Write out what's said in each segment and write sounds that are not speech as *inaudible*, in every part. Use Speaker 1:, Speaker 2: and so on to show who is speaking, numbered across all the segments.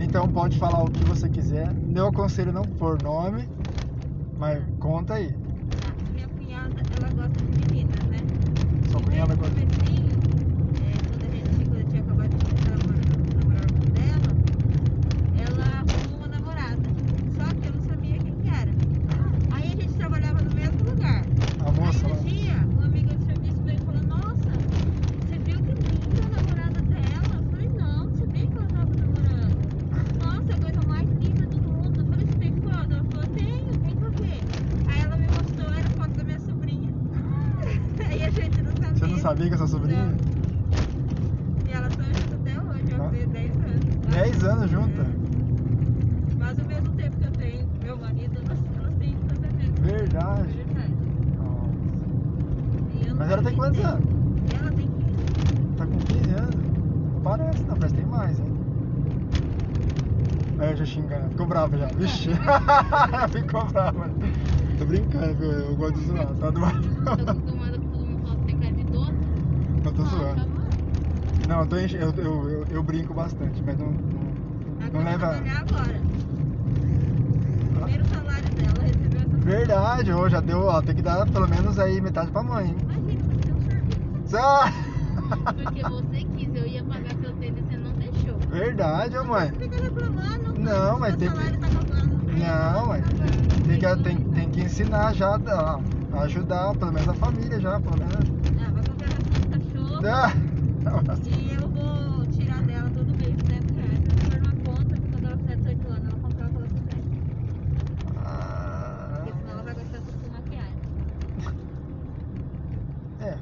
Speaker 1: então pode falar o que você quiser. Meu aconselho é não pôr nome, mas conta aí.
Speaker 2: Tá, Minha cunhada, ela gosta de meninas, né?
Speaker 1: Sua cunhada gosta.
Speaker 2: No comecinho, é, quando a gente, quando eu tinha acabado de começar a namorar, namorar com dela, ela arrumou uma namorada. Só que eu não sabia quem que era. Aí a gente trabalhava no mesmo lugar.
Speaker 1: A moça
Speaker 2: Aí
Speaker 1: lá.
Speaker 2: um dia, uma amiga do serviço veio e falou, nossa, você viu que linda a namorada dela? Eu falei, não, não sabia que ela tava namorando. Nossa, a coisa mais linda do mundo. Eu falei, você tem foto? Ela falou, tenho, vem pra ver. Aí ela me mostrou, era foto da minha sobrinha. *laughs* Aí a gente não sabia.
Speaker 1: Você não sabia que é sua sobrinha?
Speaker 2: Não. E elas estão juntas até hoje, eu
Speaker 1: Ó.
Speaker 2: tenho 10 anos.
Speaker 1: 10 anos junta?
Speaker 2: É. Mas ao mesmo tempo que eu tenho meu marido, elas, elas têm casamento.
Speaker 1: Verdade.
Speaker 2: Verdade.
Speaker 1: Nossa.
Speaker 2: E eu não
Speaker 1: Mas ela tem quantos
Speaker 2: acreditei.
Speaker 1: anos?
Speaker 2: Ela tem 15.
Speaker 1: Tá com 15 anos? Não parece, não, parece que tem mais, hein? Aí eu já xingando, ficou brava já. Vixe, *laughs* ficou brava. Tô brincando, viu? eu gosto de zoar, tá do
Speaker 3: Tô acostumada com todo mundo falar que tem cara de idoso.
Speaker 1: *laughs* Eu tô
Speaker 3: Ah,
Speaker 1: zoando.
Speaker 3: tá bom.
Speaker 1: Não, eu, tô enche- eu, eu, eu, eu brinco bastante, mas não. não-
Speaker 2: Agora
Speaker 1: Não leva-
Speaker 2: vai trabalhar agora. Primeiro salário dela recebeu essa
Speaker 1: Verdade, hoje já deu, ó, tem que dar pelo menos aí metade pra mãe, hein?
Speaker 2: Imagina, você deu um sorvete.
Speaker 1: Zá! *laughs*
Speaker 3: Porque você quis, eu ia pagar seu tênis, você não deixou.
Speaker 1: Verdade, ô mãe.
Speaker 2: Você fica reclamando.
Speaker 1: Não,
Speaker 2: seu
Speaker 1: mas tem que-
Speaker 2: salário tá acabando. Tá
Speaker 1: Não, mas tem que, tem, tem que ensinar já, a- a ajudar pelo menos a família já, pelo menos.
Speaker 2: Ah, vai comprar ração do cachorro.
Speaker 1: Ah,
Speaker 2: E eu vou tirar dela todo mês 10 reais. Eu vou pôr na conta pra quando ela fizer 18 anos, ela comprar o que ela quiser. Porque senão ela vai gastar tudo com maquiagem.
Speaker 1: É,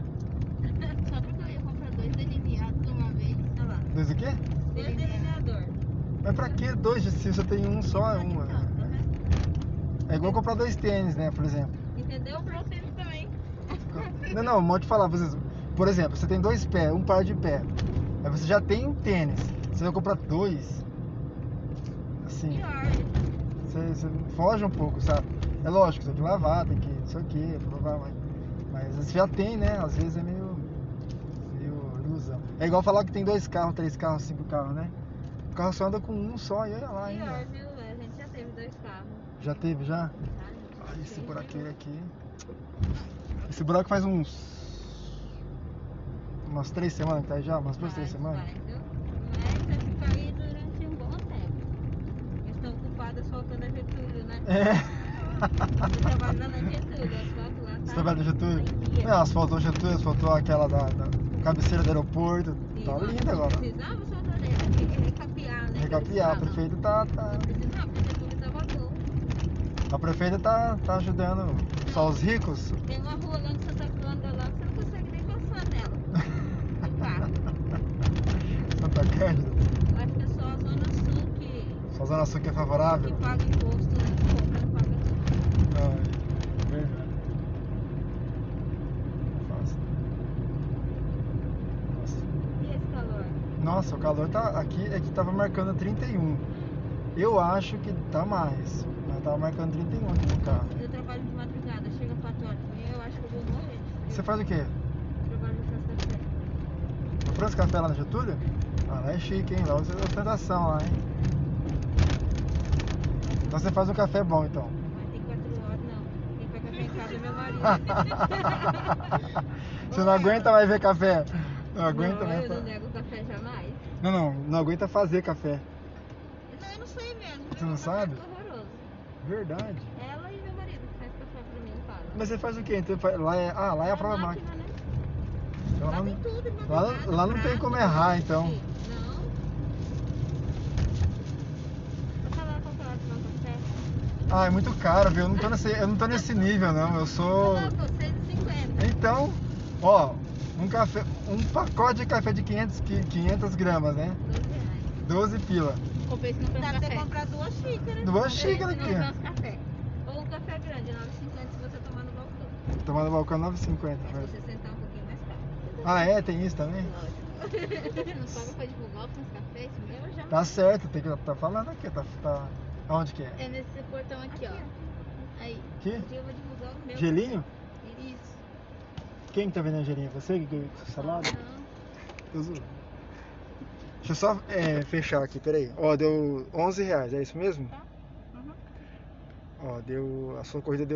Speaker 3: Sabe que eu ia comprar dois delineados de uma vez?
Speaker 2: Olha lá.
Speaker 1: *laughs* dois o quê?
Speaker 2: Dois delineador.
Speaker 1: Mas pra que dois se você tem um só? É uma.
Speaker 2: Então, tá vendo?
Speaker 1: É igual comprar dois tênis, né, por exemplo.
Speaker 2: Entendeu? Pra você também.
Speaker 1: Não, não, pode falar, vocês. Por exemplo, você tem dois pés, um par de pé. Aí você já tem um tênis. Você vai comprar dois. Assim,
Speaker 2: Pior.
Speaker 1: você, você foge um pouco, sabe? É lógico, você tem que lavar, tem que não sei o que, blá, blá, mas, mas você já tem, né? Às vezes é meio, meio ilusão. É igual falar que tem dois carros, três carros, cinco carros, né? O carro só anda com um só e olha lá ainda.
Speaker 2: Pior, viu? A gente já teve dois carros.
Speaker 1: Já teve já?
Speaker 2: tá?
Speaker 1: Olha esse
Speaker 2: Teve.
Speaker 1: buraqueiro é aqui. né? Esse buraco faz uns. Umas três semanas que tá aí já? Umas duas, três
Speaker 2: Faz,
Speaker 1: semanas?
Speaker 2: faz, viu? Mas vai ficar aí durante um bom tempo. Eles estão ocupadas faltando a Getúlio, né?
Speaker 1: É.
Speaker 2: Você trabalha lá na Getúlio, as fotos lá tá.
Speaker 1: Você trabalha na Getúlio?
Speaker 2: tá em dia.
Speaker 1: Não, asfaltou Getúlio, asfaltou aquela da, da cabeceira do aeroporto.
Speaker 2: E,
Speaker 1: Tá
Speaker 2: ó,
Speaker 1: linda agora.
Speaker 2: Precisava só da letra, tem que recapear, né? que
Speaker 1: Recapiar, a
Speaker 2: eles falam.
Speaker 1: prefeita tá, tá.
Speaker 2: Precisava, porque Getúlio tava bom.
Speaker 1: A prefeita tá, tá ajudando só os ricos.
Speaker 2: Tem uma rua lá no Santa Cândida lá que você não consegue nem passar nela. De carro.
Speaker 1: *laughs* Santa Cândida.
Speaker 2: Acho que é só a Zona Sul que,
Speaker 1: Só Zona Sul que é
Speaker 2: que
Speaker 1: favorável.
Speaker 2: paga imposto, né? Compra, paga tudo.
Speaker 1: Ai, é verdade. Nossa. Nossa.
Speaker 2: E esse calor?
Speaker 1: Nossa, o calor tá aqui é que tava marcando 31. Eu acho que tá mais, mas tava marcando 31 aqui no carro.
Speaker 2: Eu trabalho de madrugada, chega 4 horas da manhã, eu acho que eu vou morrer.
Speaker 1: Você faz o quê?
Speaker 2: Eu trabalho no Praça da Sé.
Speaker 1: Comprou esse café lá na Getúlio? Ah, lá é chique, hein? Lá você é ostentação lá, hein? Então você faz um café bom então. *laughs*
Speaker 2: Mas tem 4 horas, não. Quem pega café em casa é meu marido.
Speaker 1: você não aguenta mais ver café. *laughs* Não aguenta
Speaker 2: não,
Speaker 1: mais.
Speaker 2: Eu não nego café jamais.
Speaker 1: Não, não, não aguenta fazer café.
Speaker 2: Não, eu não sei mesmo.
Speaker 1: Você não
Speaker 2: meu café
Speaker 1: sabe?
Speaker 2: fica horroroso.
Speaker 1: Verdade.
Speaker 2: Ela e meu marido que faz café pra mim, fala.
Speaker 1: Mas você faz o quê? Então, fa- lá é... Ah, lá é a prova máquina.
Speaker 2: né?
Speaker 1: Então,
Speaker 2: Lá
Speaker 1: lá
Speaker 2: tem
Speaker 1: não-
Speaker 2: tudo, em
Speaker 1: lá-
Speaker 2: madrugada,
Speaker 1: lá não tem
Speaker 2: prato,
Speaker 1: como errar, então.
Speaker 2: Não. Vou falar pra falar de meu café.
Speaker 1: Ah, é muito caro, viu? Eu não tô nesse, eu não tô nesse nível, não. Eu sou.
Speaker 2: Não, pô, 6,50.
Speaker 1: Então, ó, um café, um pacote de café de 500, qui- 500 gramas, né?
Speaker 2: 12 reais.
Speaker 1: 12 pila.
Speaker 3: Comprei se não fez
Speaker 2: Dá pra você
Speaker 3: café.
Speaker 2: comprar duas xícaras.
Speaker 1: Duas xícaras
Speaker 3: Não é
Speaker 1: aqui.
Speaker 3: fez café.
Speaker 2: Ou o café grande, 9,50 se você tomar no balcão.
Speaker 1: Tomando balcão 9,50.
Speaker 2: Mas
Speaker 1: né?
Speaker 2: se você sentar um pouquinho mais caro.
Speaker 1: Ah, é? Tem isso também?
Speaker 3: Você não paga pra divulgar os seus cafés? isso mesmo?
Speaker 2: Eu já
Speaker 1: Tá certo, tem que tá falando aqui, tá. tá aonde que é?
Speaker 3: É nesse portão aqui, ó. Aí,
Speaker 1: Aqui?
Speaker 2: um dia eu vou divulgar o meu.
Speaker 1: Gelinho? tá
Speaker 3: isso.
Speaker 1: Quem que tá vendendo gelinho? Você que ganhou esse salário?
Speaker 3: Não.
Speaker 1: Eu zoo. Deixa eu só é, fechar aqui, peraí. Ó, deu 11 reais, é isso mesmo?
Speaker 2: Tá. Uhum.
Speaker 1: Ó, deu. A sua corrida deu.